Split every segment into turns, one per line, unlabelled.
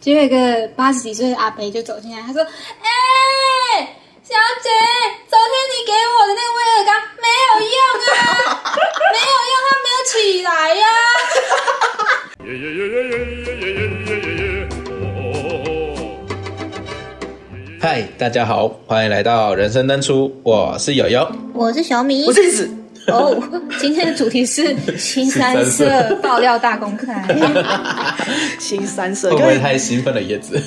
结果一个八十几岁的阿伯就走进来，他说：“哎、小姐，昨天你给我的那个威尔刚没有用 啊，没有用，它没有起来啊呀、
耶耶耶耶耶耶耶耶耶耶！哦，
嗨，大家好，欢迎来到人生登出，我是友友。
我是小米
我是子，
哦，今天的主题是新三色爆料大公开。
新三色，
会不
就
会
是
哦太兴奋了，叶子？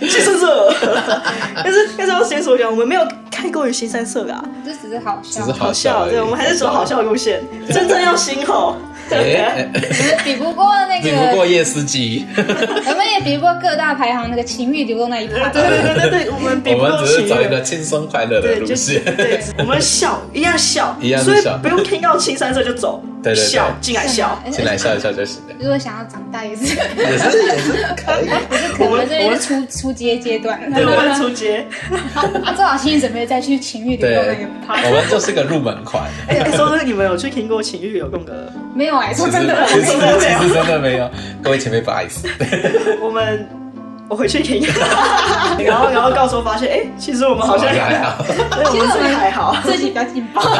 新三色。 但是但是要先说一下，我们没有太过于新三色啊，
这只是好笑
只是，好
好
笑哎而已，
对，我们还是走好笑路线，真正要新吼。
哎。哎
我们比不过那
比不过
个，
夜司机，
我们也比不过各大排行那个情欲流动那一趴。
对对对对对，我们比
我
不
们
过
只是
情
走一个
人。
轻松快乐的
对，
路
就是
线。
对，我们笑一样笑，
一样
所
是
以
笑
不用听到青三色就走，
对对对
笑进来 笑。
而且
进来笑一笑就行 了，
哎如果想要长大也是，
也是也是可以。
哎我们这边是初初阶阶段，
对，我们出街。
啊，做好心理准备再去情欲流动那
对
个，
哦
趴。
我们就是个入门款。啊
哎，说真的，你们有去听过情欲有共的？
没有哎，说
其实
真的，
其实其实真的没有，各位前辈不好意思。
我们我回去听， 然后然后告诉我发现，哎，其实我们好像
还 好，
对，我们自己还好，
这集比较劲爆，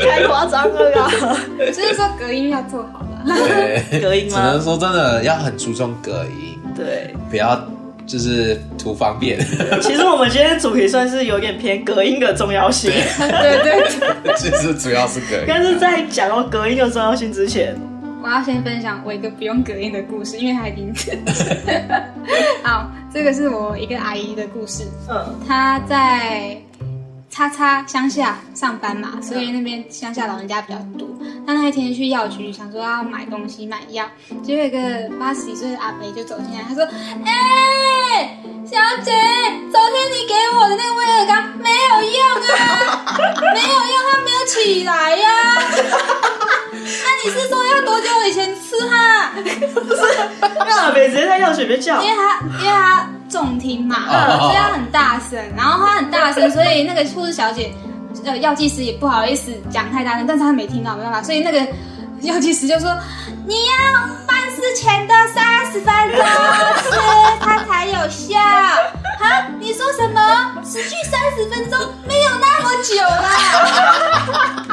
太夸张了啦。
就是说隔音要做好了。
对
隔音
只
吗
能说真的要很注重隔音，
对，
不要就是图方便，
其实我们今天的主题算是有点偏隔音的重要性，
对对，对
其实主要是隔音。
但是在讲到隔音的重要性之前，
我要先分享我一个不用隔音的故事，因为它已经 好，这个是我一个阿姨的故事。
嗯，
他在叉叉乡下上班嘛，所以那边乡下老人家比较多。他那一天去药局，想说要买东西买药，结果一个八十几岁的阿伯就走进来，他说：“哎、小姐，昨天你给我的那个威尔刚没有用啊，没有用，它没有起来呀、那、你是说要多久以前吃啊哈？
那啊北直接在药水里面叫
因，为他因为他重听嘛，
哦
所以他很大声，啊然后他很大声，所以那个护士小姐，呃，药剂师也不好意思讲太大声，但是他没听到，没办法，所以那个药剂师就说：“你要办事前的三十分钟吃，它才有效。”啊，你说什么？持续三十分钟没有那么久啦？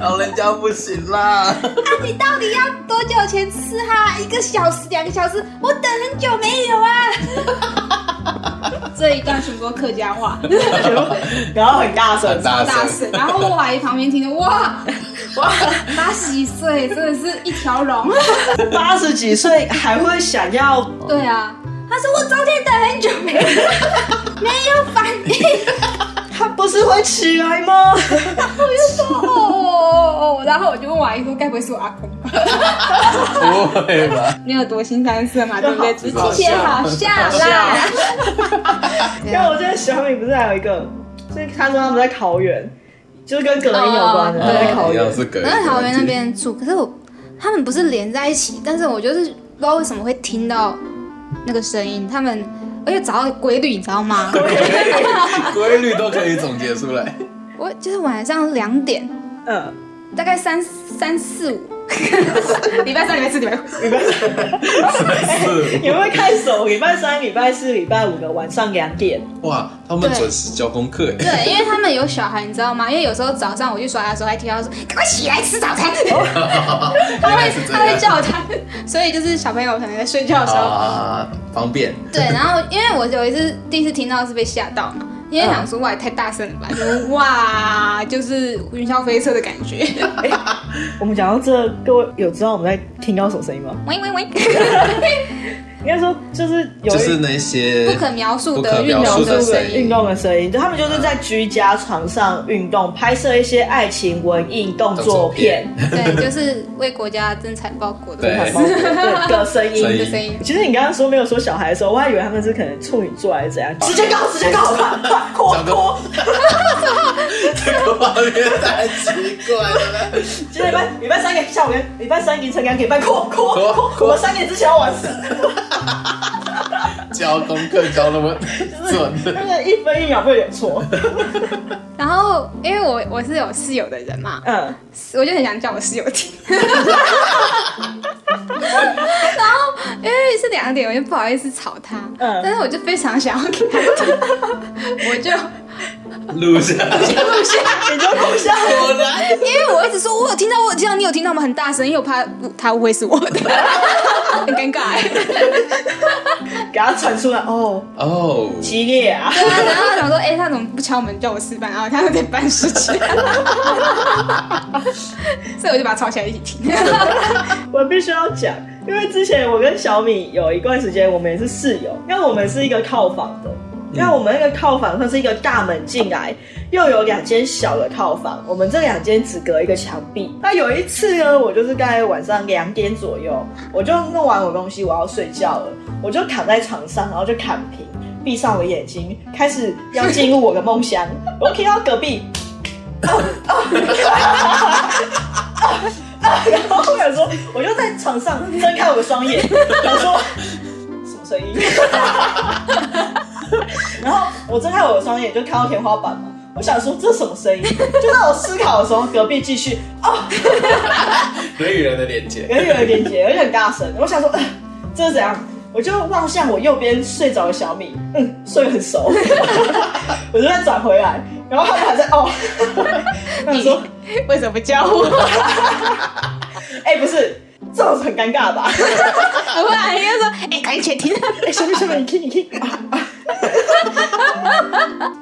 老人家不行啦，
那你到底要多久前吃哈、一个小时、两个小时，我等很久没有啊。 这一段全部都客家话，
然后很大声
很，大
大
声。
声。然后我阿姨旁边听着，哇哇，八十几岁真的是一条 龙。
八十几岁还会想要，
对啊，她说我昨天等很久 没有，没有反应。
他不是会起来 吗？
我就说哦哦哦哦，然后我就问我阿姨说，该不会是我阿公吧？
不会吧？
你有多心酸色嘛？对不对？只
知道
是些 好笑啦。
因为我记得小米不是还有一个，就是他说他们在桃园，就是跟隔音有关的，
哦
他在
考
桃
一
园
样。是隔音。
我在桃园那，边住，可是我他们不是连在一起，但是我就是不知道为什么会听到那个声音，他们而且找到规律，你知道吗？
规律都可以总结出来。
我就是晚上两点，
嗯，
大概三三四五， 礼拜三、礼拜四、礼拜五，
礼拜三，
是
你们会看手，礼拜三、礼拜四、礼拜五的晚上两点，
哇，他们准时交功课。
对，因为他们有小孩，你知道吗？因为有时候早上我去刷牙的时候，还听到说赶快起来吃早餐， 他
原来
会
是这
他
样
会叫他，所以就是小朋友可能在睡觉的时候，
啊，方便。
对，然后因为我有一次第一次听到是被吓到嘛，因为
嗯
想说哇也太大声了吧，就是哇就是云霄飞车的感觉，
我们讲到这，各位有知道我们在听到什么声音吗？
喂 喂喂，
应该说就是有
就
一
是那些
不可描述
不
的
可
运
描
动
述
的
的
声音
运。动的声音，就他们就是在居家床上运动，拍摄一些爱情文艺动作片，
对，就是为国家争财报国的
对
很棒对的声
声
音。
的声音。
其实你刚刚说没有说小孩的时候，我还以为他们是可能处女座还是怎样。时间到，时间到，快快
找
扩
个
扩，
这个画面太奇怪了。
今天礼拜礼拜三个下午，礼拜三凌晨两点半扩扩
扩
扩，
扩
我们三点之前要完成，
交功课交那么准，
真的一分一秒不能有错。
然后因为我我是有室友的人嘛，
嗯，
我就很想叫我室友听。因为是两点，我就不好意思吵他，
嗯
但是我就非常想要给他听，我就
录下来，
录下，
你就录下来。
果然
因为我一直说我有听到，我有听到，你有听到吗？很大声，因为我怕不他误会是我 的，很尴尬欸。
给他传出来哦，
哦，
激烈啊！
对啊，然后他想说，哎、他怎么不敲门叫我吃饭？然后他又在办事情， 所以我就把它抄起来一起 听。
我必须要讲，因为之前我跟小米有一段时间，我们也是室友，因为我们是一个靠房的，因为我们那个靠房它是一个大门进来，又有两间小的靠房，我们这两间只隔一个墙壁。那有一次呢，我就是大概晚上两点左右，我就弄完我东西，我要睡觉了，我就躺在床上，然后就躺平，闭上我眼睛，开始要进入我的梦乡， 我听到隔壁。然后我想说，我就在床上睁开我的双眼，想说什么声音？然后我睁开我的双眼，就看到天花板嘛。我想说这是什么声音？ 就在我思考的时候，隔壁继续哦，
人与人的连接，
远远的连接，而且很大声。我想说，呃、这是怎样？我就望向我右边睡着的小米，嗯，睡得很熟。 我就再转回来，然后他们还在哦。 我想说，
为什么不叫我？
哎、不是，这种很尴尬吧？
不然人家说，哎、赶紧去听。
哎，小妹小妹，你听你听。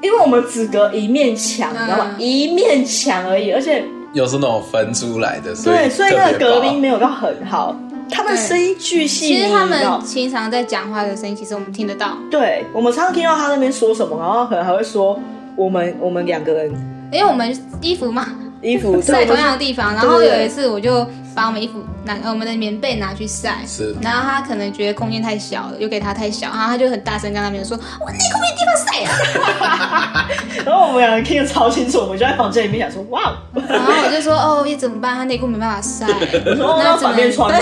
因为我们只隔一面墙，
嗯
知道吗？一面墙而已，而且
又是那种分出来的，所以
对，所以那
特
个
别
隔
薄
音没有到很好，他们
对
声音巨细
其
腻，
实他
你知道
们平常在讲话的声音，其实我们听得到，
对我们常常听到他那边说什么，然后可能还会说我们我们两个人
因为我们衣服嘛
衣服
晒
对
同样的地方。然后
对对对
有一次，我就把我们衣服拿我们的棉被拿去晒，
是
然后他可能觉得空间太小了，又给他太小，然后他就很大声跟那边说：“我内裤没地方晒啊 了。
然后我们两个听得超清楚，我们就在房间里面想说哇，我”
然后我就说：“哦，也怎么办？他内裤没办法 晒。”
说哦
那
那
只能
反面窗吗？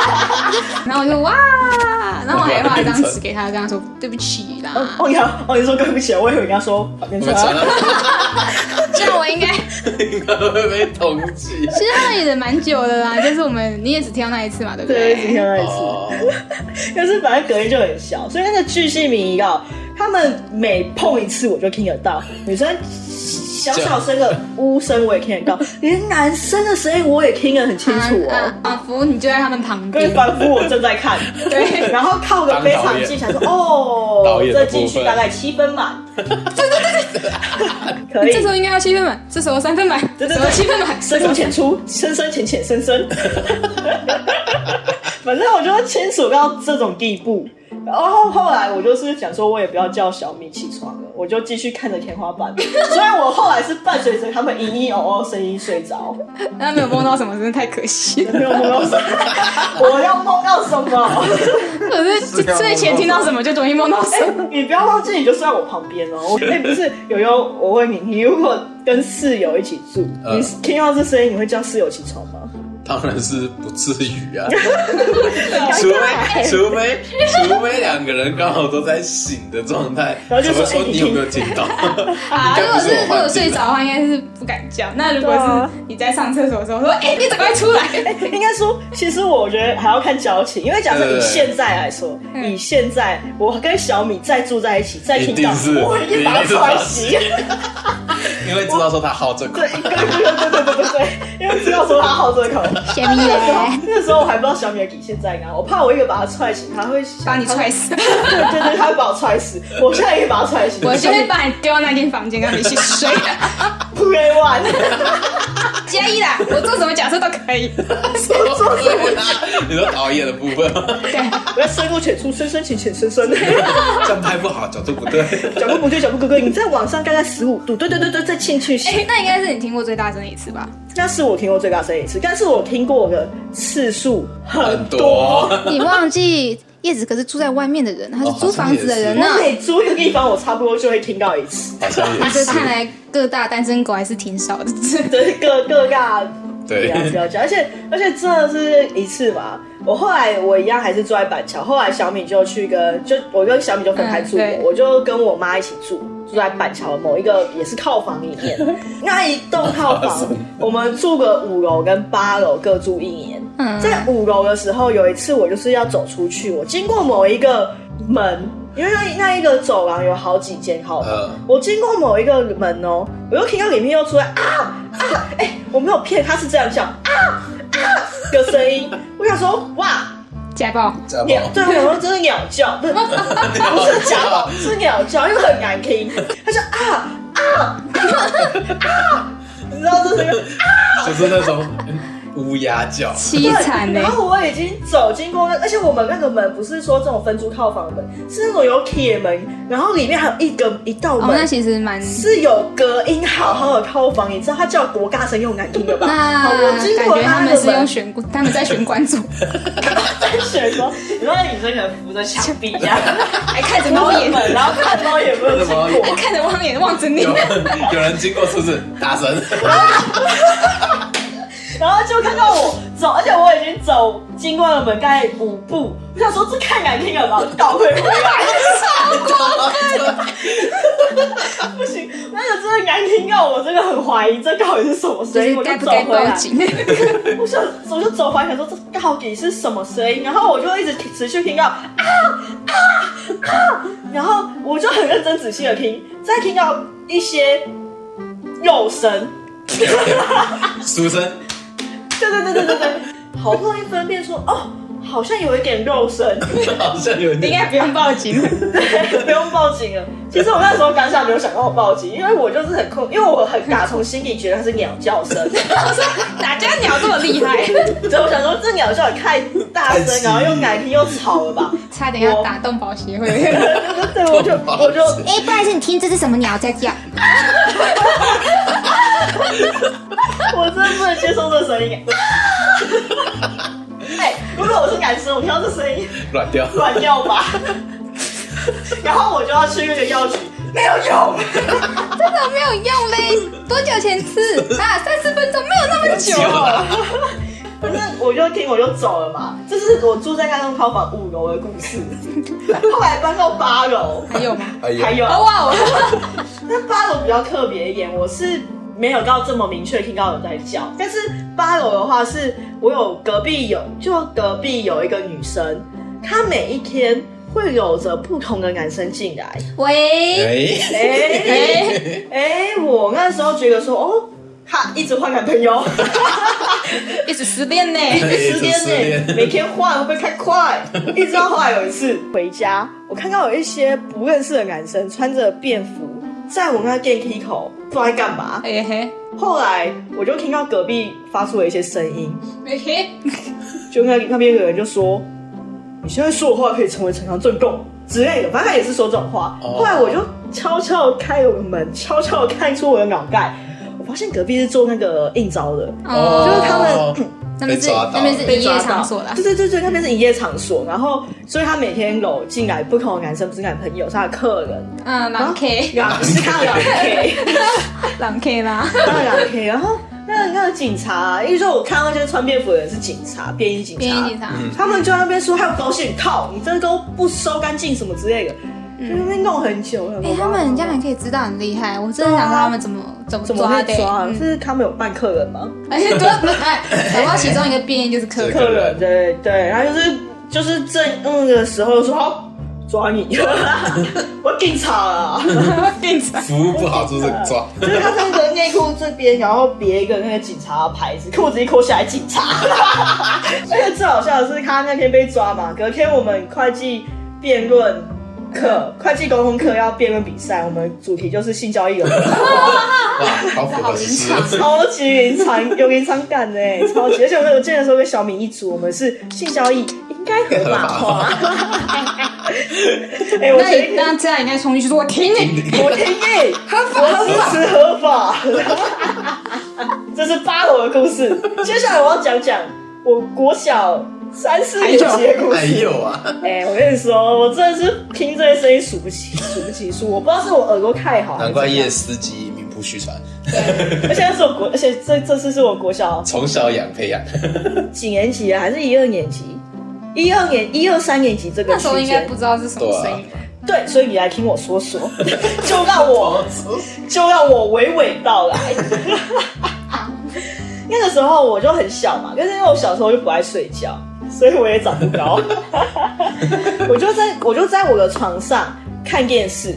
然后我就哇，然后我还画一张纸给他，跟他说对不起啦，
哦呀，哦你说对不起，我以为你要说反面
我们
窗
常
啊，
常
这样我应该其
应该会被统计。
实他们也蛮久的啦，就是我们你也只听到那一次嘛，对不
对，一直
对？
听到一次。
哦，
但是反正隔音就很小，所以那个巨细靡遗啊，他们每碰一次我就听得到，女生小小声的呜声我也听得到，连男生的声音我也听得很清楚
啊
哦。
啊仿佛你就在他们旁
跟
边。
仿佛我正在看，对，然后靠的非常近，想说哦，
导演的部
这
分
进去大概七分满， 对对对
这
对，
时
可以，
候应该要七分满，这时候三分满，
对对对
什么七分满，
深入浅出，深深浅浅深深，反正我就清楚到这种地步。然后后来我就是想说，我也不要叫小米起床了，我就继续看着天花板。所以我后来是伴随着他们嘤嘤哦哦声音睡着，
那没有梦到什么，真的太可惜了。
没有梦到什么，我要梦到什么？
可是睡前听到什么就容易梦到什么。
你不要忘记，你就睡在我旁边哦。我哎，不是，友友，我问你，你如果跟室友一起住，
嗯
你听到这声音，你会叫室友起床吗？
当然是不至于 啊，除非除非除非两个人刚好都在醒的状态，
然后就
怎
说
么说
哎你
你有没有听到？
啊，
应
如
该
果
不是
是
我
如果
幻
睡
听
着的话，应该是不敢叫。那如果
对啊
是你在上厕所的时候说，哎，你赶快出来，
应该说，其实我觉得还要看交情，因为假设以现在来说，
嗯
以现在我跟小米再住在一起，再听到
一定是
我一定把它踹
一
熄。
因为知道说他好啊这块，
对，对对对对对对对，因为知道说他 好这口。
小米耶，
那时候我还不知道小米的底线在啊哪，我怕我一个把他踹醒，他会想
把你踹死。
对对对，他会把我踹死。我现在也把他踹死，
我就会把你丢到那间房间，跟你一起 睡。
play one。
加一啦，我做什么假设都可 以。
你说导演的部 分吗，
对，
我要深入浅出，深深浅浅 深深。
这样拍不好，角度不对。
小布不对，小布哥哥，你在网上大概十五度，对对对对，再进去
哎、那应该是你听过最大声的一次吧？
那是我听过最大声一次，但是我听过的次数
啊
很
很多，
你忘记叶子可是住在外面的人，他是
哦
租房子的人呢、
我每租一个地方，我差不多就会听到一次。
好像也
那这
是，
看来各大单身狗还是挺少的。
对，各各大
对
不要不要讲，而且而且真的是一次嘛。我后来我一样还是住在板桥，后来小米就去跟就我跟小米就分开住了，
嗯对
我就跟我妈一起住。住在板桥的某一个也是套房里面， 那一栋套
发生
房，我们住个五楼跟八楼各住一年。
嗯
在五楼的时候，有一次我就是要走出去，我经过某一个门，因为那那一个走廊有好几间号房，
呃，
我经过某一个门哦，我又听到里面又出来啊啊！哎、我没有骗，他是这样叫啊啊的声音。我想说，哇，
家暴，
家
鸟
暴，
对，我想说这是鸟叫，不是不是家宝，是鸟叫，因为很难听。他说啊啊啊 啊！你知道这是一个
就是那种嗯乌鸦叫，
凄惨欸哦呢
然。后我已经走经过那，而且我们那个门不是说这种分租套房的门，是那种有铁门，然后里面还有一个一道
哦，
门
那，其实蛮
是有隔音好好的套房，你知道他叫多大声又难听的 吧？
那
好我经
感
过
觉他
的
们是
门
用玄关，他们在玄关走，
在选说，然后女生可能扶着墙壁啊这样，
还看着猫眼，
然后看猫眼没有经过，
还 看着猫眼望 着你
有。有人经过是不是？大声，
啊
然后就看到我走，而且我已经走经过了门大概五步，我想说这太难听了吧，我倒退回来， 不行，那个真的难听到我真的很怀疑这到底是什么
就
声
是
音，我
该
就
不
走
该
回
报
来。
警？
我想，我就走回来想说这到底是什么声音，然后我就一直听持续听到啊啊啊，然后我就很认真仔细的听，再听到一些肉声，
书生，
对对对对对对，好不容易分辨出哦，好像有一点肉声，
好像有
应
点，
该不用报警。
对，不用报警了。其实我那时候当下没有想到我报警，因为我就是很困，因为我很打从心底觉得它是鸟叫声，
我说哪家鸟这么厉害？
所以我想说这鸟叫也太大
太
声，
激
然后又
烈
难听又吵了吧。
差点要打动保协会。
对，我就我就
哎、不好意思，你听这是什么鸟在 叫？啊
我真的不能接受这声音。 哎、如果我是男生，我听到这声音
软掉，
乱叫吧， 然后我就要去那个药局，没有用。
真的没有用嘞！多久前 吃啊？三十分钟没有那么久。
了，
反正我就听我就走了嘛，这是我住在那栋套房五楼的故事。后来搬到八楼，
还有吗？
哎呀，
还有，啊
哦哇哦！
那八楼比较特别一点，我是没有到这么明确听到有在叫，但是八楼的话是，我有隔壁有，就隔壁有一个女生，她每一天会有着不同的男生进来，
喂，
哎，
哎哎哎，我那时候觉得说，哦，她一直换男朋友，
一直失恋呢。
一直
十
失
天呢，
恋
每天换会不会太快？一直到后来有一次回家，我看到有一些不认识的男生穿着便服，在我那电梯口不知道在干嘛。
哎嘿，
后来我就听到隔壁发出了一些声音，
哎嘿，
就那那边有人就说：“你现在说的话可以成为城墙证供之类的。”反正他也是说这种话。
哦
后来我就悄悄地开了我的门，悄悄地看出我的脑袋，我发现隔壁是做那个应招的，
哦，
就是他们
那边是
被抓到
那边是
被
营业
抓到
场所啦。
对对对对，那边是营业场所，然后所以他每天有进来不同的男生，不是男朋友，是他的客人，
嗯，狼 K，
然后是他的老 K，
狼 K 啦。
他的老 K，然后那个那个警察、因为说我看到就是穿便服的人是警察，便衣警察，
便衣警察，
嗯
他们就在那边说还有保险套，你这都不收干净什么之类的，就在那边弄很久了。
嗯哎，他们这样还可以知道很厉害，我真的想知道他们怎么啊怎么
怎么
抓的
会
欸。
抓？
嗯
是他们有办客人吗？
而且多哎，搞不好其中一个变异就是客
这
人
个。客人
对对，然后就是就是正那个时候说好抓你， 我警察啊。
变成
服务不好就是抓，
就是他穿着内裤这边，然后别一个那个警察的牌子，裤子一扣下来，警察。 而且最好笑的是，他那天被抓嘛，隔天我们会计辩论课、会计沟通课要辩论比赛，我们主题就是性交易有没有
哇，好符合时
好临
超级临场，有临场感呢，超级。而且我们有见的时候跟小敏一组，我们是性交易应该合法化。哎、我
那你
听，
那这样应该冲进去说：“我挺你，
我听哎、
合法
我
合法。
支持合法。 这是八楼的故事，接下来我要讲讲我国小三四年级的故
还
事。
有啊，
哎、我跟你说，我真的是听这些声音数不清，数不清数。我不知道是我耳朵太好，
难怪夜司机名不虚传，
而且是我国，而且这这次是我国小
从小养培养，
几年级啊？还是一二年级？一二年、一二三年级这个
那时候
区
应该
间
不，知道是什么声
啊
音吧？
对，所以你来听我说说，就让我就让我娓娓道来。那个时候我就很小嘛，就是因为我小时候就不爱睡觉，所以我也长不高。我就在我就在我的床上看电视，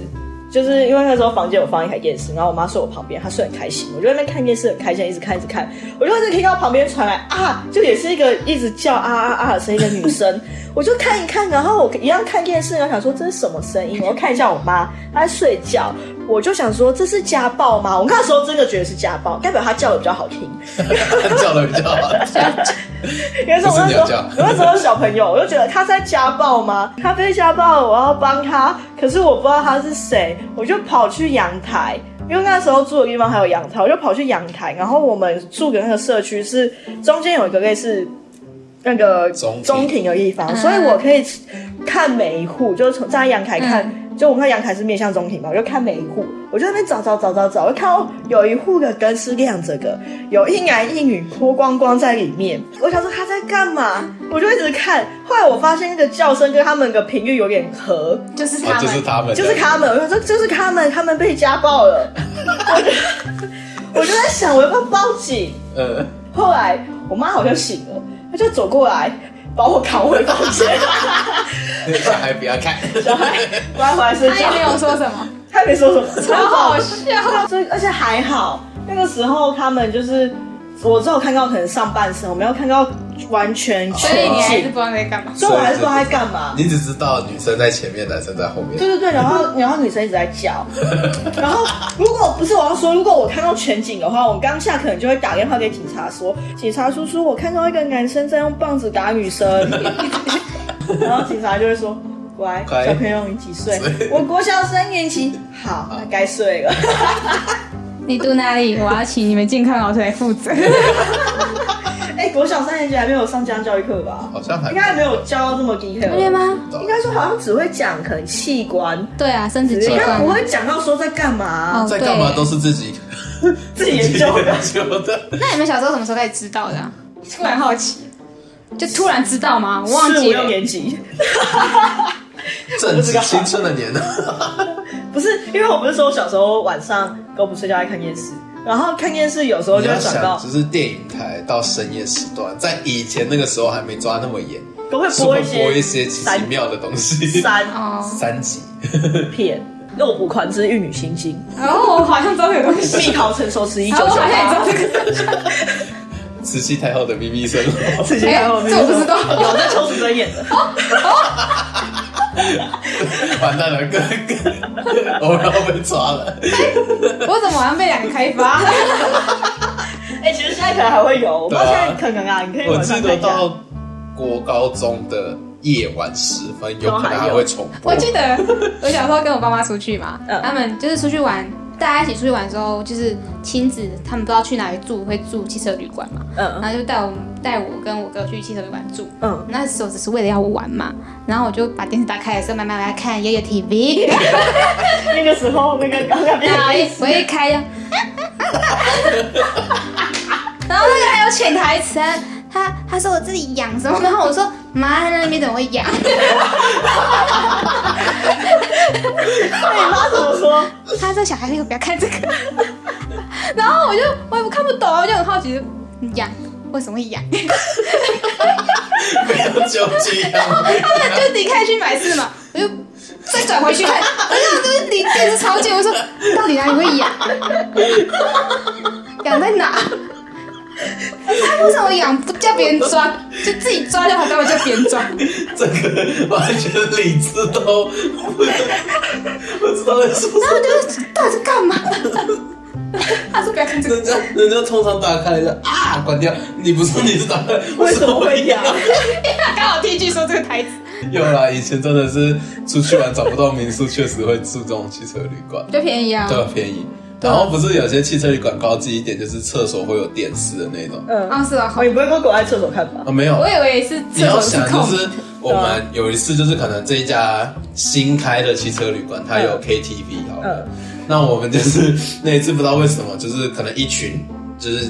就是因为那时候房间有放一台电视，然后我妈睡我旁边，她睡很开心，我就在那边看电视很开心，一直看一直看，我就一直听到旁边传来啊，就也是一个一直叫啊啊啊的声音的女生，我就看一看，然后我一样看电视，然后想说这是什么声音，我要看一下我妈她在睡觉，我就想说这是家暴吗？我那时候真的觉得是家暴，代表她叫的比较好听，
叫的比较好，
因为是我
不是
那时候
你要这样
我那时候小朋友，我就觉得他在家暴吗？他被家暴，我要帮他，可是我不知道他是谁，我就跑去阳台。因为那时候住的地方还有阳台，我就跑去阳台。然后我们住的那个社区是中间有一个类似那个
中庭
中庭的地方，
嗯
所以我可以看每一户，就是从站在阳台看，就我们看阳台是面向中庭嘛，我就看每一户，我就在那边找找找找找，我就看到有一户的灯是亮着的，有一男一女脱光光在里面，我想说他在干嘛，我就一直看，后来我发现那个叫声跟他们的频率有点合，
就是
哦
他
就是
们，
他们，
就是他们，我想说就是他们，他们被家暴了，我就我就在想我要不要报警。
嗯，
后来我妈好像醒了，她就走过来把我扛回房间，
那小孩不要看，
小孩 乖回来睡
他
觉
也，没有说什么，
她也没说什么，
超好笑。
所以而且还好，那个时候他们就是我只有看到可能上半身，我没有看到完全
所以
全
你还是
景，
不知道在干嘛。
所以我还是不知道在干嘛。
你只知道女生在前面，男生在后面
对，对对，然 后然后女生一直在叫，然后如果不是我要说，如果我看到全景的话，我当下可能就会打电话给警察说，警察叔叔，我看到一个男生在用棒子打女生， 然后警察就会说。乖，
乖
小朋友你几岁
岁？
我国小三年级。好，那该睡了。
你读哪里？我要请你们健康老师来负责。
哎、国小三年级还没有上家教育课吧？
好像还
应该没有教到这么 detail，
哦对吗？
不
应
懂
该说好像只会讲可能器官，
对啊，生殖器
应该
官
不。会讲到说在干嘛、
哦
在干嘛都是自己
自己研究的。
自己研究 的，
那你们小时候什么时候才知道的啊、突然好奇，就突然知道吗？我 忘
四五
记
六
了。
年级，
正值青春的年呢，
不是因为我不是说我小时候晚上都不睡觉爱看电视，然后看电视有时候
你
就
要
会转
想
到
就是电影台到深夜时段，在以前那个时候还没抓那么严，
都会
是
播
会
一些
播一些奇奇妙的东西，
三
哦，
三集，
片。肉蒲团之玉女心经，
然后我好像知道有东西，
蜜桃成熟时一九
然后我
九
好像也知
八
道。这个东西，
慈禧太后的秘密生活，
刺激
哎、
太后
这我不知道。
有在邱淑贞演的，
完蛋了，哥哥，我们要被抓了，
我怎么好像被两个开发？
哎，其实现在可能还会有，我不知道现
对啊
在可能啊，你可以
我
晚上
记
看
得
一下。
到国高中的夜晚时分，有可能还会重播
我。记得我小时候跟我爸妈出去嘛，
嗯
他们就是出去玩，大家一起出去玩的时候，就是亲子他们不知道去哪里住，会住汽车旅馆嘛，
嗯
然后就带我们带我跟我哥去汽车旅馆住。
嗯，
那时候只是为了要玩嘛，然后我就把电视打开的时候，慢慢来看爷爷 TV，
那个时候那个刚刚变
然后一我一开，然后那个还有潜台词啊，他他说我自己养什么，然后我说妈那边怎么会养？
那你妈怎么说？
他说小孩子不要看这个，然后我就我也不看不懂啊，我就很好奇，你养为什么会养？
不要纠结 啊，
就离开去买是嘛，我就再转回去看，我就就是离电视超近，我说到底哪里会痒？ 痒在哪？为什么痒不叫别人抓，就自己抓就好，干嘛叫别人抓？
这个完全理智都 不不知道在说
然后我就到底在干嘛？他说不要看这
人
个，
家人家通常打开一下啊，关掉。你不是你是打开，
为什么会痒？
刚好听一句说这个台词，
有啦，以前真的是出去玩找不到民宿， 确实会住这种汽车旅馆，
比较便宜啊
对，便宜。
啊
然后不是有些汽车旅馆高级一点，就是厕所会有电视的那种。
嗯，
啊是啊，
哦，你不会给我狗在厕所看吧
啊，？没有，
我以为是
你
厕所
要
是
想
空
就
的
是我们有一次就是可能这一家新开的汽车旅馆，它有 KTV 好了，那我们就是那一次不知道为什么，就是可能一群就是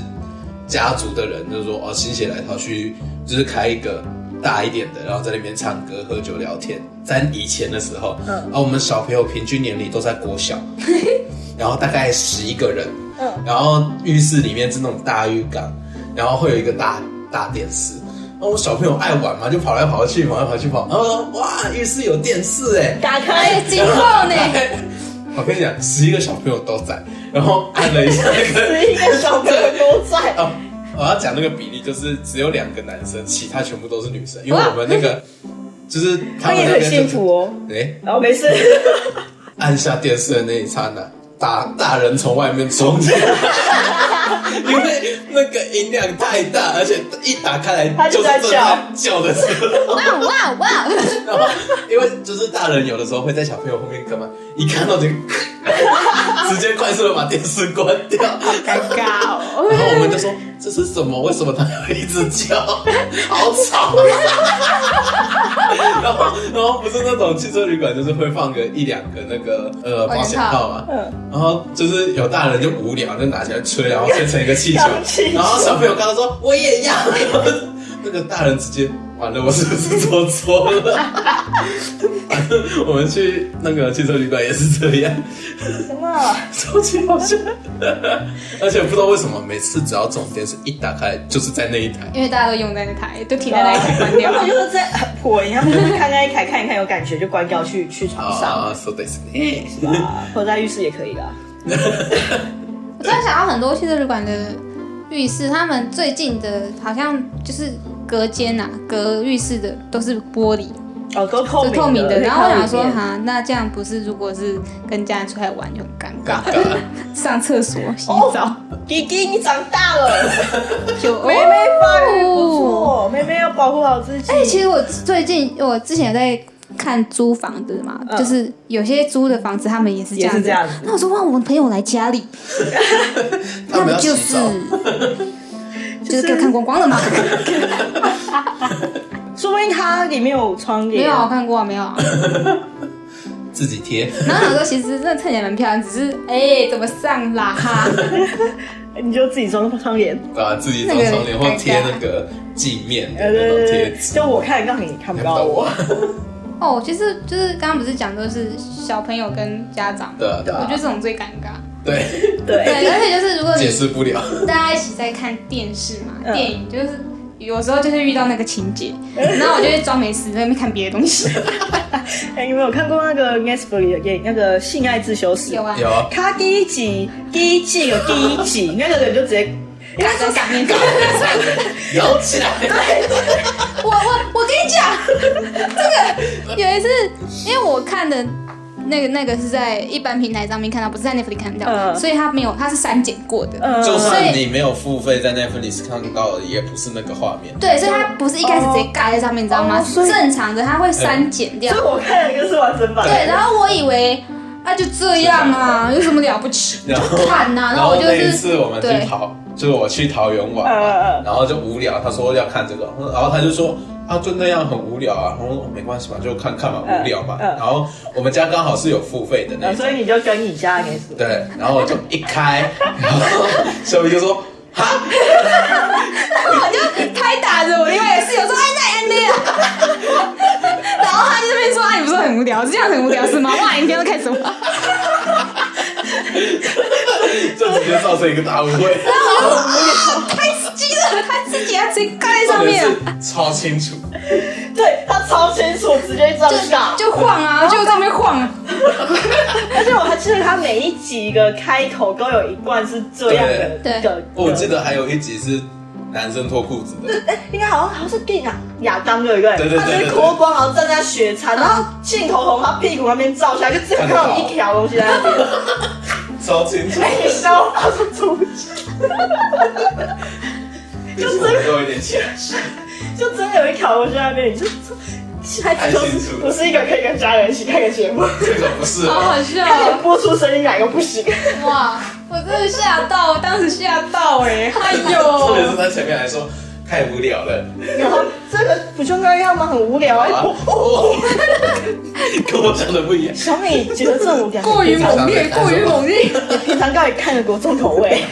家族的人就是说哦心血来潮去就是开一个大一点的，然后在那边唱歌、喝酒、聊天。在以前的时候，
嗯
嗯，啊，我们小朋友平均年龄都在国小，然后大概十一个人，
嗯，
然后浴室里面是那种大浴缸，然后会有一个大大电视。那我小朋友爱玩嘛，就跑来跑去，跑来跑去跑。然后说哇，浴室有电视哎、
打
哎
开，，
今后呢？
我跟你讲，十一个小朋友都在，然后按了一下那个
十一个小朋友都在。
哦，我要讲那个比例，就是只有两个男生，其他全部都是女生，因为我们那个就是他
他
们
也
那
很
边
幸
就是
福哦。
哎、
然后没事，
按下电视的那一刹那，大大人从外面冲 进来，因为那个音量太大，而且一打开
他
来
就
就是
在
正
叫
在叫的时候，
哇哇哇！
然后因为就是大人有的时候会在小朋友后面干嘛，一看到就 直接快速的把电视关掉，
尴尬哦。
然后我们就说这是什么？为什么它要一直叫？好吵！啊然后，然后不是那种汽车旅馆，就是会放个一两个那个呃保险套嘛。
嗯，
然后就是有大人就无聊，就拿起来吹，然后吹成一个气球
当气球。
然后小朋友刚刚说我也要，然后那个大人直接完了，我是不是做错了？ 反正我们去那个汽车旅馆也是这样。
真的，
超级好笑， 而且不知道为什么，每次只要这种电视一打开，就是在那一台。
因为大家都用在那台，都停在那一台关掉
他。们就是在破音，他们就是看那一台看一看有感觉就关掉去去床上，
啊，so this，
是吧？或者在浴室也可以啦。
我突然想到很多汽车旅馆的浴室，他们最近的好像就是隔间啊，隔浴室的都是玻璃，
哦，都透
就
明
透明的。
可以
然后我
看
想说，
里面
哈，那这样不是如果是跟家人出来玩就很尴
尴
尬，
尬，
上厕所、洗澡，
弟弟你长大了，
就
妹妹发育不。错，妹妹要保护好自己。
哎、其实我最近我之前有在看租房子嘛，
嗯
就是有些租的房子他们也是这样
也是这样子
那我说哇，我朋友来家里，
他们要
就
洗
是
澡。
就是给我看光光了嘛。
说不定它里面有窗 帘。
没有啊，我看过啊，没有啊。
自己贴，
然后想说，其实真的看起来蛮漂亮，只是哎、怎么上啦 哈？
你就自己装窗帘。
把自己装窗帘或贴那个镜面的
呃，
那
对
种
对
贴
对，
纸，
就我看得到你，看不到我。
哦，其实就是刚刚不是讲都是小朋友跟家长嘛，
对啊对
我
啊
觉得这种最尴尬。
对，
对，
对，而且就是如果
解
你
释不了。
大家一起在看电视嘛，
嗯
电影就是。有时候就是遇到那个情节，
嗯
然后我就会装没事，在那边看别的东西。
哎，你们有看过那个 Netflix 的电影，那个《性爱自修室》
有？啊，
有啊，
他第一集，第一季有第一集，那个人就直接，
应该说感念。
摇起来，
我我我跟你讲，这个有一次，因为我看的那个那个是在一般平台上面看到，不是在 Netflix 看到，
嗯
所以它没有，它是删减过的。
呃，
就
所以
算你没有付费在 Netflix 看到的，也不是那个画面。
对，所以它不是一开始直接盖在上面，你知道吗？
哦所以
正常的它
哎
会删减掉
所以。我看了一个是完整版。
对，然后我以为啊就这样啊，有什么了不起？
然后
就看呐、
然
后
后
我就
那一
是
次我们
对
去桃，就是我去桃园玩
嗯嗯
嘛，然后就无聊，他说要看这个，然后他就说啊就那样很无聊啊，然后我说没关系嘛，就看看嘛，
嗯
无聊嘛。
嗯
然后我们家刚好是有付费的那
呃
种
所，以你就跟你家 Netflix。
对，然后我就一开，然后小明就说哈，
我就开打着我另外一个室友说：“哎，那安利啊。”然后他就在那边说：“哎，你不是很无聊？是这样很无聊是吗？哇，你今天都看什么？”
就直接造成一个大误会，
太刺激了，太刺激了，直接盖在上
重点
面了，
是超清楚，
对他超清楚，直接这样打。
就晃啊，就在那边晃啊。
而且我还记得他每一集的开头都有一段是这样的，
对对
的
哦我记，得还有一集是男生脱裤子的，
哎应该好像好像是电影啊亚当对不
对
对？
对对
他直接脱光，然后站在雪场，然后镜头从他屁股那边照下来，就只有看到有一条东西在那边。
超清楚，
哎，你知道我发出猪叫，
就是我们都有点钱，
就真的有一条东西在那边，你就还
太
就
清
是
楚了
不是一个可以跟家人一起看个节目，
这个不是
好
我。
好笑
他
哦
连播出声音来都不行。
哇！我真的吓到，我当时吓到哎、哎
特别是
呦！
他前面还说太无聊了，
然后这个不就那样吗？很无聊啊！
啊
我
哦，跟我想的不一样。
小美觉得这种无聊，
过于猛烈，过于猛烈。
平常到底看的国中口味？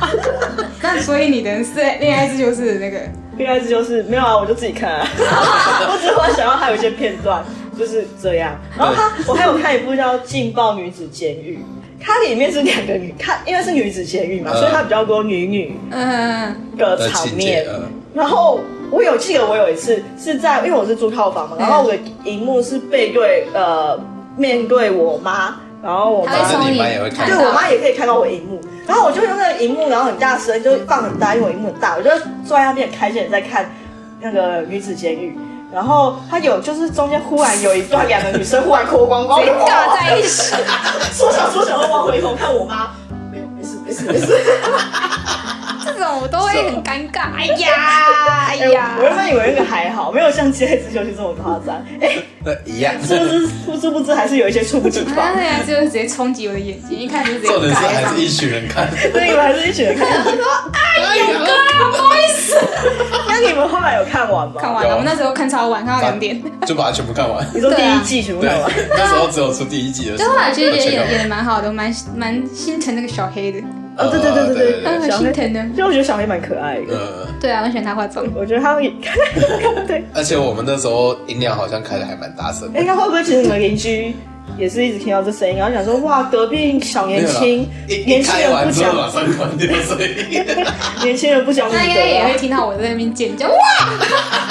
然那所以你的是恋爱自救是那个
应该是就是没有啊，我就自己 看啊。我只是我想要还有一些片段，就是这样。然后他，我还有看一部叫《劲爆女子监狱》，它里面是两个女，看因为是女子监狱嘛，
嗯
所以它比较多女女
嗯
的
的
场
情节
面。
呃，
然后我有记得我有一次是在，因为我是住套
嗯
房嘛，然后我的荧幕是背对呃面对我妈，然后我妈
他会
反
从
正你
你
妈也会看
看
对
到
我妈也可以看到我荧幕，然后我就用那个荧幕，然后很大声，就放很大，因为我荧幕很大，我就坐在那边很开心的在看那个女子监狱。然后她有就是中间忽然有一段两个女生忽然脱光 光，
尬在一起，
缩小缩小，然后往回头看我妈，没有没事没事没事。
这种我都会很尴尬。哎呀哎
哎呀，我原
呀，
本以为那个还好，没有像《街之游戏》这么夸张。哎，
那一样。
殊不知殊不知还是有一些猝不及防
他。那样就是直接冲击我的眼睛，一看就直接
重点是
尬在
还
上
是一
面。
群人看，
所以 你们还是一群人看。
哎呀，
那你们后来有看完吗？
看完了，我那时候看超晚，看到
啊
两点。
就把它全部看完。
你说
啊
第一季全部
对啊
看完？，
那时候只有出第一集的时
但
候，
后
啊
来就觉得
全看
演
完
演的蛮好的，蛮蛮心疼那个小黑的，
哦，对对对对
他
对，
嗯很
小
心
黑，
疼的。
就我觉得小黑蛮可爱的。
呃，
对啊，我喜欢他化妆。
我觉得他会， 对，
而且我们那时候音量好像开的还蛮大声的。
哎，那会不会其实你们邻居也是一直听到这声音，然后想说哇，隔壁小年轻，
没有啦一一
年轻
开
人
完
不
之
讲
后，马上关掉声音。
年轻人不讲武德
他应该也
啊
会，听到我在那边尖叫，哇！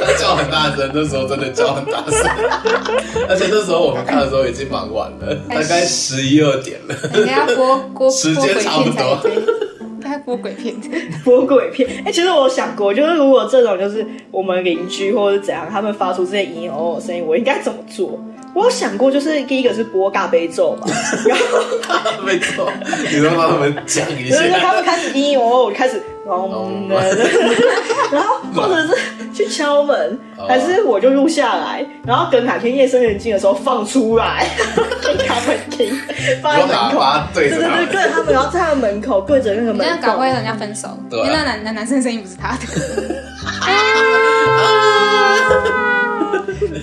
他叫很大声，那时候真的叫很大声， 而且那时候我们看的时候已经蛮晚了，大概十一二点了。
人家播播播
时
鬼
间差不
片才
多
对，他播鬼 片。
播鬼片。哎，其实我想过，就是如果这种就是我们邻居或者是怎样，他们发出这些隐隐偶偶的声音，我应该怎么做？我有想过，就是第一个是播尬悲咒嘛，然后。
没错，你都帮他们讲一
就是
下。
他们开始咦哦，开始嗡的，然后或者是去敲门，还是我就录下来，然后等哪天夜深人静的时候放出来， 给他们听，放在
用
门
喇
口。
叭对着
对对
他
对，
们，
对他们，然后在他们门口跪着那个
你这样
门
搞不
口
会，人家分手，
对
因
啊
为那男那男生的声音不是他的。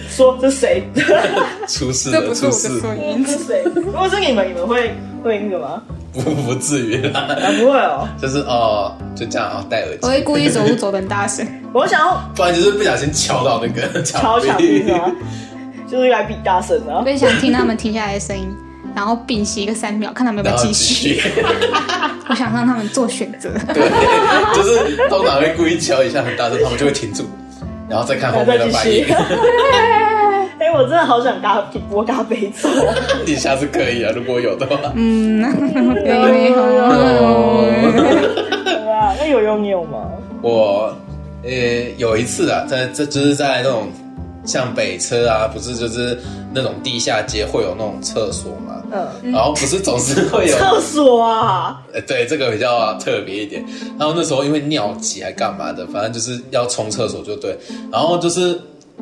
说这谁？
出事
这
了，
不是
出
我
事
的， 声
这
音，
是谁？如果是你们，你们会会那个吗？
不 不至于啦，
啊，不会哦。
就是哦，就这样啊，戴耳
我
机，
会故意走路走得很大声。
我想要
不然就是不小心敲到那个
敲
墙
墙壁是吗？就是来比大声啊
我。也想听他们停下来的声音，然后屏息个三秒，看他们有没
然
有
后
继
继
续。
续。
我想让他们做选择。
对，就是通常会故意敲一下很大声，他们就会停住，然后再看后面的反应。
哎、我真的好想嘎播嘎悲 咒。
你下次可以啊，如果有的话。
嗯，有没有？
哦，
对啊，那有用你有吗？
我呃有一次啊，在这就是在那种像北车啊，不是就是那种地下街会有那种厕所嘛，
嗯，
然后不是总是会有
厕所啊，
呃，对，这个比较特别一点。然后那时候因为尿急还干嘛的，反正就是要冲厕所就对。然后就是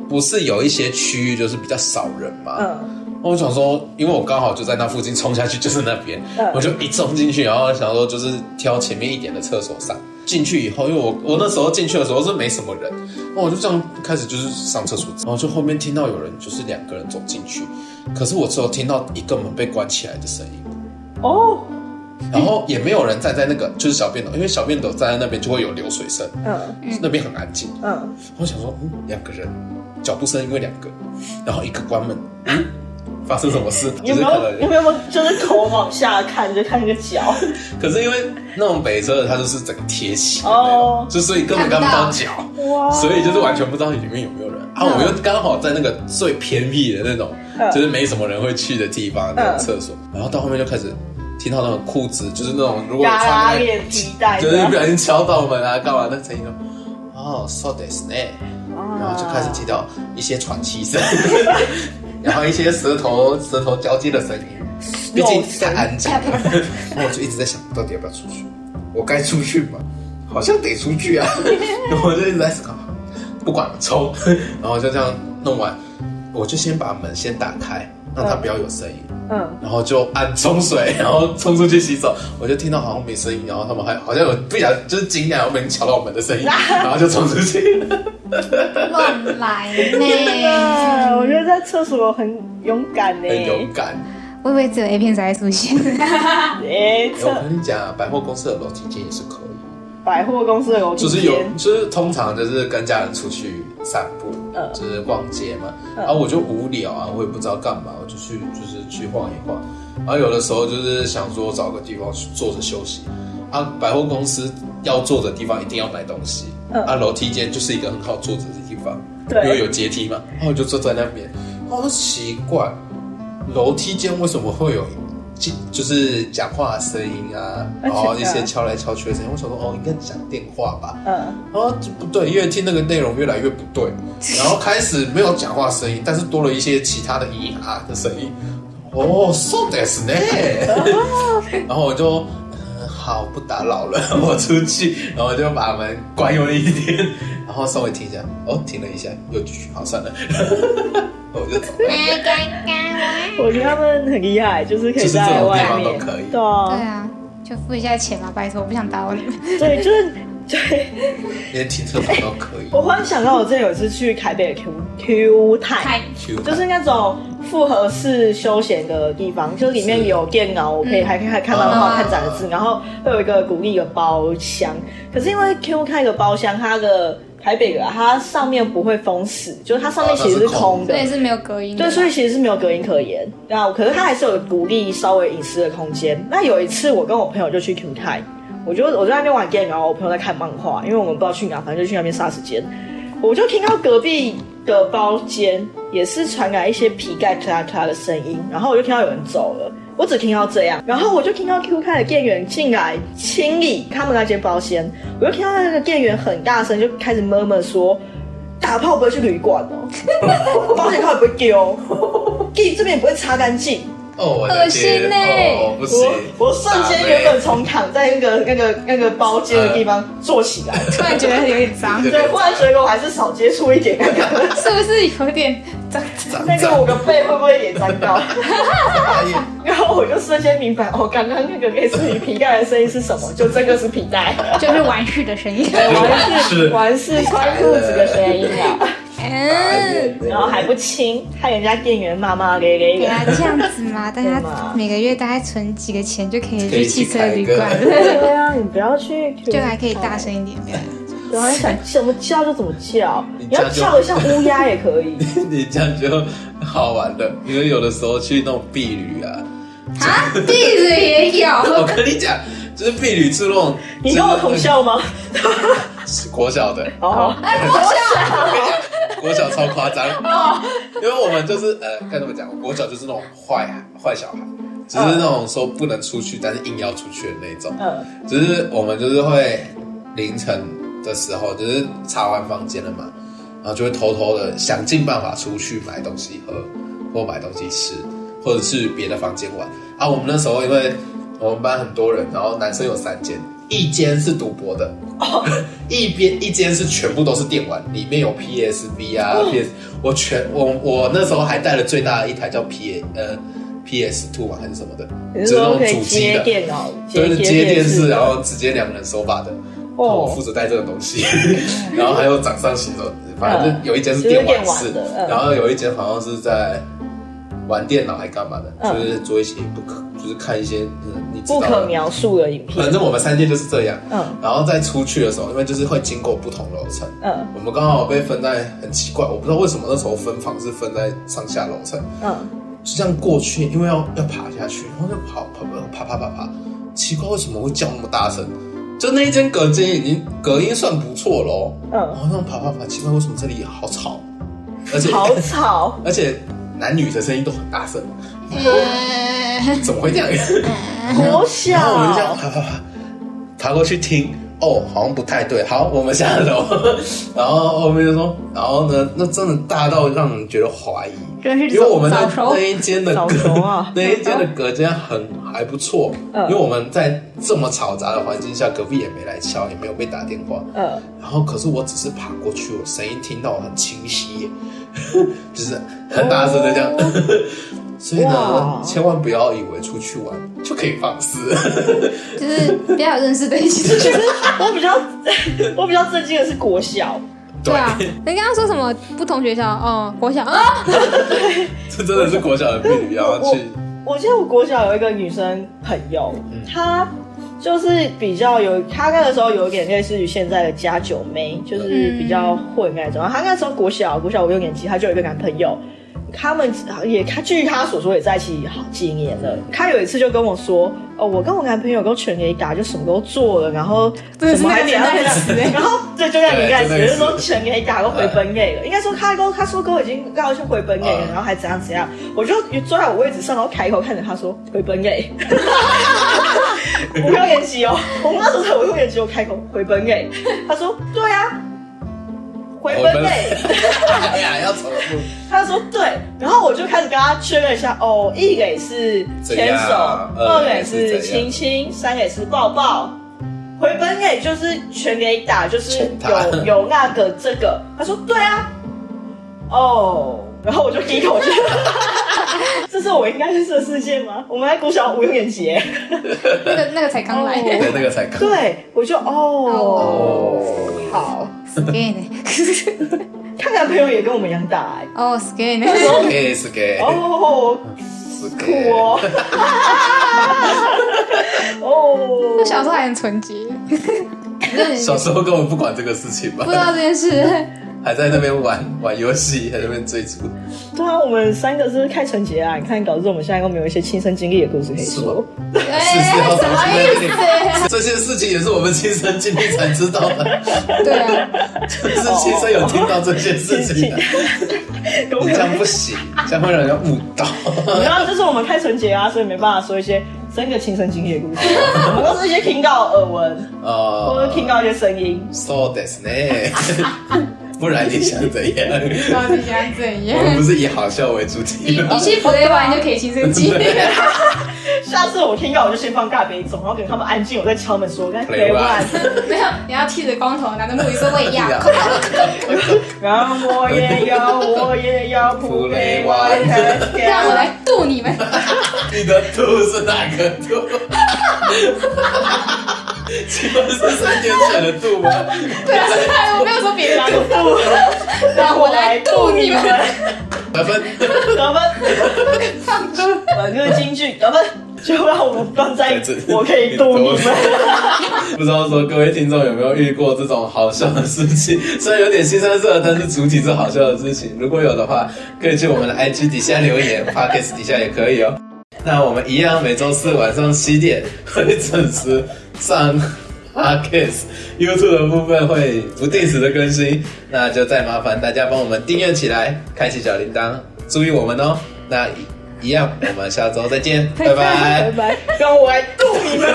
不是有一些区域就是比较少人嘛，
嗯，
我想说，因为我刚好就在那附近冲下去，就是那边，
嗯
我就一冲进去，然后想说就是挑前面一点的厕所上。进去以后，因为我我那时候进去的时候是没什么人，然后我就这样开始就是上厕所，然后就后面听到有人就是两个人走进去，可是我只有听到一个门被关起来的声音，
哦，
然后也没有人站在那个就是小便斗，因为小便斗站在那边就会有流水声，
嗯
那边很安静。
嗯，
我想说，嗯，两个人脚步声因为两个，然后一个关门，嗯，发生什么 事？
有
就是
没
可能
有有没有就是头往下看，就看那个脚？
可是因为那种北车的，它就是整个贴起的那种
哦
就所以根本看不到脚，
哇
所以就是完全不知道里面有没有人。啊，我又刚好在那个最偏僻的那种，
嗯
就是没什么人会去的地方，那
嗯
种厕所。然后到后面就开始听到那种裤子，就是那种如果
嘎啦
穿那个，
链皮带
就
的，
是不小心敲到门啊，干嘛那声音就，哦，so this 呢，
啊
然后就开始听到一些喘气 声，然后一些舌头舌头交接的声音。毕竟太安 静了， 然后我就一直在想，到底要不要出去？我该出去吗？好像得出去 啊！然后我就一直在思考，不管了，冲！ 然后就这样弄完，我就先把门先打开，让它不要有声音，
嗯，
然后就按冲水， 然后冲出去洗手。我就听到好像没声音，然后他们还好像有不想就是惊讶，我们敲到我们的声音，然后就冲出去。
乱来
真的，
呢！
嗯我觉得在厕所很勇敢呢、欸
很勇敢。
我以为只有 A 片才会出现。
哎、
哎我
这
跟你讲啊，百货公司的楼梯间也是可以，
百货公司的楼梯
就是有
间，
就是通常就是跟家人出去散步，
嗯
就是逛街嘛，
嗯
然后我就无聊啊，我也不知道干嘛，我就去就是去晃一晃，然后有的时候就是想说找个地方去坐着休息，啊，百货公司要坐的地方一定要买东西，
嗯
啊，楼梯间就是一个很好坐着的地方，因为
对，
有阶梯嘛，然后我就坐在那边，我说奇怪，楼梯间为什么会有就就是讲话的声音啊，
而
然
且
后一些敲来敲去的声音，我想说哦，应该讲电话吧，
嗯，
然后这不对，越听那个内容越来越不对， 然后开始没有讲话声音，但是多了一些其他的咿呀的声音，哦，そうですね，
哦
然后我就。嗯好，不打扰了，我出去，然后就把门关用力一点，然后稍微停一下，哦，停了一下，又继续，好，算了， 我就走了。
我觉得他们很厉害，就是可以
就是这种
在
地
外
方
面
都可以，
对
对
啊，
啊，就付一下钱吧，拜托，我不想打扰你们。
对，就是对。
连停车场都可以。
我忽然想到，我之前有一次去台北的 Q Q 泰，
Q 版
就是那种复合式休闲的地方，就是里面有电脑，我可以还可以还看到很好看展的字，然后会有一个鼓励的包厢。可是因为 Q 泰的包厢，它的台北的啊它上面不会封死，就是它
哦
上面其实是空的
所以。是没有隔音的吧。
对，所以其实是没有隔音可言。然后，可是它还是有鼓励稍微隐私的空间。那有一次，我跟我朋友就去 Q 泰，我就我就在那边玩 game，然后我朋友在看漫画，因为我们不知道去哪，反正就去那边杀时间。我就听到隔壁的包间也是传来一些瓶盖咔啦咔啦的声音，然后我就听到有人走了。我只听到这样，然后我就听到 Q 开的店员进来清理他们那间包间，我就听到那个店员很大声就开始 murmur 说：“打炮不会去旅馆哦，保险套也不会 丢，地这边也不会擦干净。”
哦，我的天
恶心欸
哦，不行
我，我瞬间原本从躺在那个那个那个包间的地方坐起来，
突然觉得有点脏，
嗯对
对，忽然觉得我还是少接触一点，看看
是不是有点脏？
长
那个
长
我的背会不会也沾 到？
大爷，
然后我就瞬间明白，哦，刚刚那个类似于皮带的声音是什么？就真的是皮 带，
就是玩世的声音。
完
是
是完是穿裤子的声音啊，
大
嗯，
爷
然后还不轻，害人家店员骂骂咧咧
对啊，
的。
这样子嘛，大
对嘛
家每个月大概存几个钱就可以
可
去
以去
汽车旅
开
馆
一，个
对啊，你不要去，
就还可以大声一点。不要
对啊，你想怎么叫就怎么叫，
你
你
叫
要
就
叫的像乌鸦也 可以。
你这样就好玩了，因为有的时候去那种避旅 啊，
啊，地址也有，
我跟你讲，就是避旅住那种，
你跟我同校吗？
就是 国小的，
哦，
国小超夸 张，
哦
因为我们就是呃，该怎么讲，国小就是那种坏坏小孩，就是那种说不能出去，但是硬要出去的那种。
嗯，
只是我们就是会凌晨的时候，就是查完房间了嘛，然后就会偷偷的想尽办法出去买东西喝，或买东西吃，或者去别的房间玩。啊，我们那时候因为我们班很多人，然后男生有三间，一间是赌博的， 一边一间是全部都是电玩，里面有 PSV 啊、PS，我全我我那时候还带了最大的一台叫 P 呃 PS Two 嘛还是什么的，
你
就是是那
说
种
可以
主机
接
的。
电脑，
就是接电视，然
啊？
后直接两人手把的，然后我
哦
负，责带这个东西，然后还有掌上型的，反正
嗯
就有一间是电玩室
就是电玩的嗯，
然后有一间好像是在玩电脑还干嘛的，
嗯
就是做一些不可，就是看一些嗯你知
不
道
可
的，
描述的影片
反。正我们三间就是这样。
嗯
然后再出去的时候，因为就是会经过不同楼层，
嗯
我们刚好被分在很奇怪，我不知道为什么那时候分房是分在上下楼层，
嗯，
就这样过去，因为要要爬下去，然后就跑跑跑爬爬爬爬，奇怪为什么会叫那么大声？就那一间隔间已经隔音算不错咯，
嗯
然后这样爬爬爬，奇怪为什么这里好吵，而且
好吵
，而且男女的声音都很大声，
呃
怎么会这 样？
好
然后我们就这样
小。
爬爬爬，爬过去听，哦，好像不太对，好，我们下楼， 然后后面就说，然后呢，那真的大到让人觉得怀疑，
真是
因为我们
早
那
熟
那一间的
早
隔
熟啊
那一间的隔间很还不错，
嗯
因为我们在这么嘈杂的环境下，隔壁也没来敲，也没有被打电话。
嗯，
然后可是我只是爬过去，我声音听到很清晰 耶，就是很大声的这样。 所以呢
哦哇，
千万不要以为出去玩就可以放肆。
就是不要有认识的一起出去。
我比较 我比较震惊的是国小，
对啊，你刚刚说什么不同学校？哦，国小啊，
这真的是国小的避旅，然后去
我记得我国小有一个女生朋友，
嗯
她就是比较有，她那个时候有点类似于现在的家酒妹，就是
嗯
比较混那种。然后她那时候国小，国小五六年级，她就有一个男朋友，他们也，她据她所说也在一起好几年了。她有一次就跟我说，哦，我跟我男朋友都全给打，就什么都做了，然后
对
什
是那
么还
个
怎样
年代
怎
的词
样
欸
然后对，就在你开始
对就那个嗯
就是说
词
全给打都回本垒了。应该说他都他说哥已经让我去回本垒了，
嗯
然后还怎样怎样，我就坐在我位置上，然后开口看着他说回本垒。五六年级哦，我们那时候才五六年级，我开口回本垒，他说对啊，回本垒。
哎呀，要重复。
他说对，然后我就开始跟他确认一下，哦，一垒是
怎
牵
样
手，二
二
垒
垒是怎样
是亲亲，三垒是抱抱。回本垒就是全垒打，就是
全打
有有那个这个。他说对啊，哦，然后我就低头 去。这是我应该认识的世界吗？我们在国小五六年级耶，
那个那个才刚来，
哦
对，那个才刚。
对我就
哦，
哦，好，
scare 呢？
她男朋友也跟我们一样大哎，
哦 scare 呢？
给是给，
哦，
是
酷
给。
哦，哦，
我小时候还很纯洁，
小
不
时候根本不管这个事情吧
知，道这件事。
还在那边玩玩游戏，还在那边追逐，
对啊，我们三个是不是开纯洁啊？你看，导致我们现在都没有一些亲身经历的故事可以
是
说
吗。
哎，
要
什么意思？
这些事情也是我们亲身经历才知道的，
对啊，
就是亲身有听到这些事情的。
公
你这样不行，这样会让人家误导。
然后这是我们开纯洁啊，所以没办法说一些真的亲身经历的故事，我们都是一些听到耳闻，或
哦
者听到一些声音。
，so this 呢？不然你想怎样？
到底想怎
我们
样
不？是以好笑为主
你
题吗
你？去 play 完就可以亲身经历。
下次我听到我就先放大悲咒，然后等他们安静，我再敲门说该
Play
play one，
没有，你要剃着光头，拿着木鱼说我也要。
然后我也要，我也 要
Play
play
one
one，
让我。来度你们。
你的兔是哪个兔？请问是三年前的兔吗？
对啊，是他，我没有说别啊人
然。后
让我来度你们。
得分，
得分，本日京剧得分，就让我们放在我可以度你们。
不知道说各位听众有没有遇过这种好笑的事情？ 虽然有点新三色，但是主体是好笑的事情。如果有的话，可以去我们的 IG 底下留言，Podcast 底下也可以哦。那我们一样每周四晚上七点会准时上 Podcast。YouTube 的部分会不定时的更新，那就再麻烦大家帮我们订阅起来，开启小铃铛，注意我们哦。那一样，我们下周再见，拜拜。
拜，让我来度你们。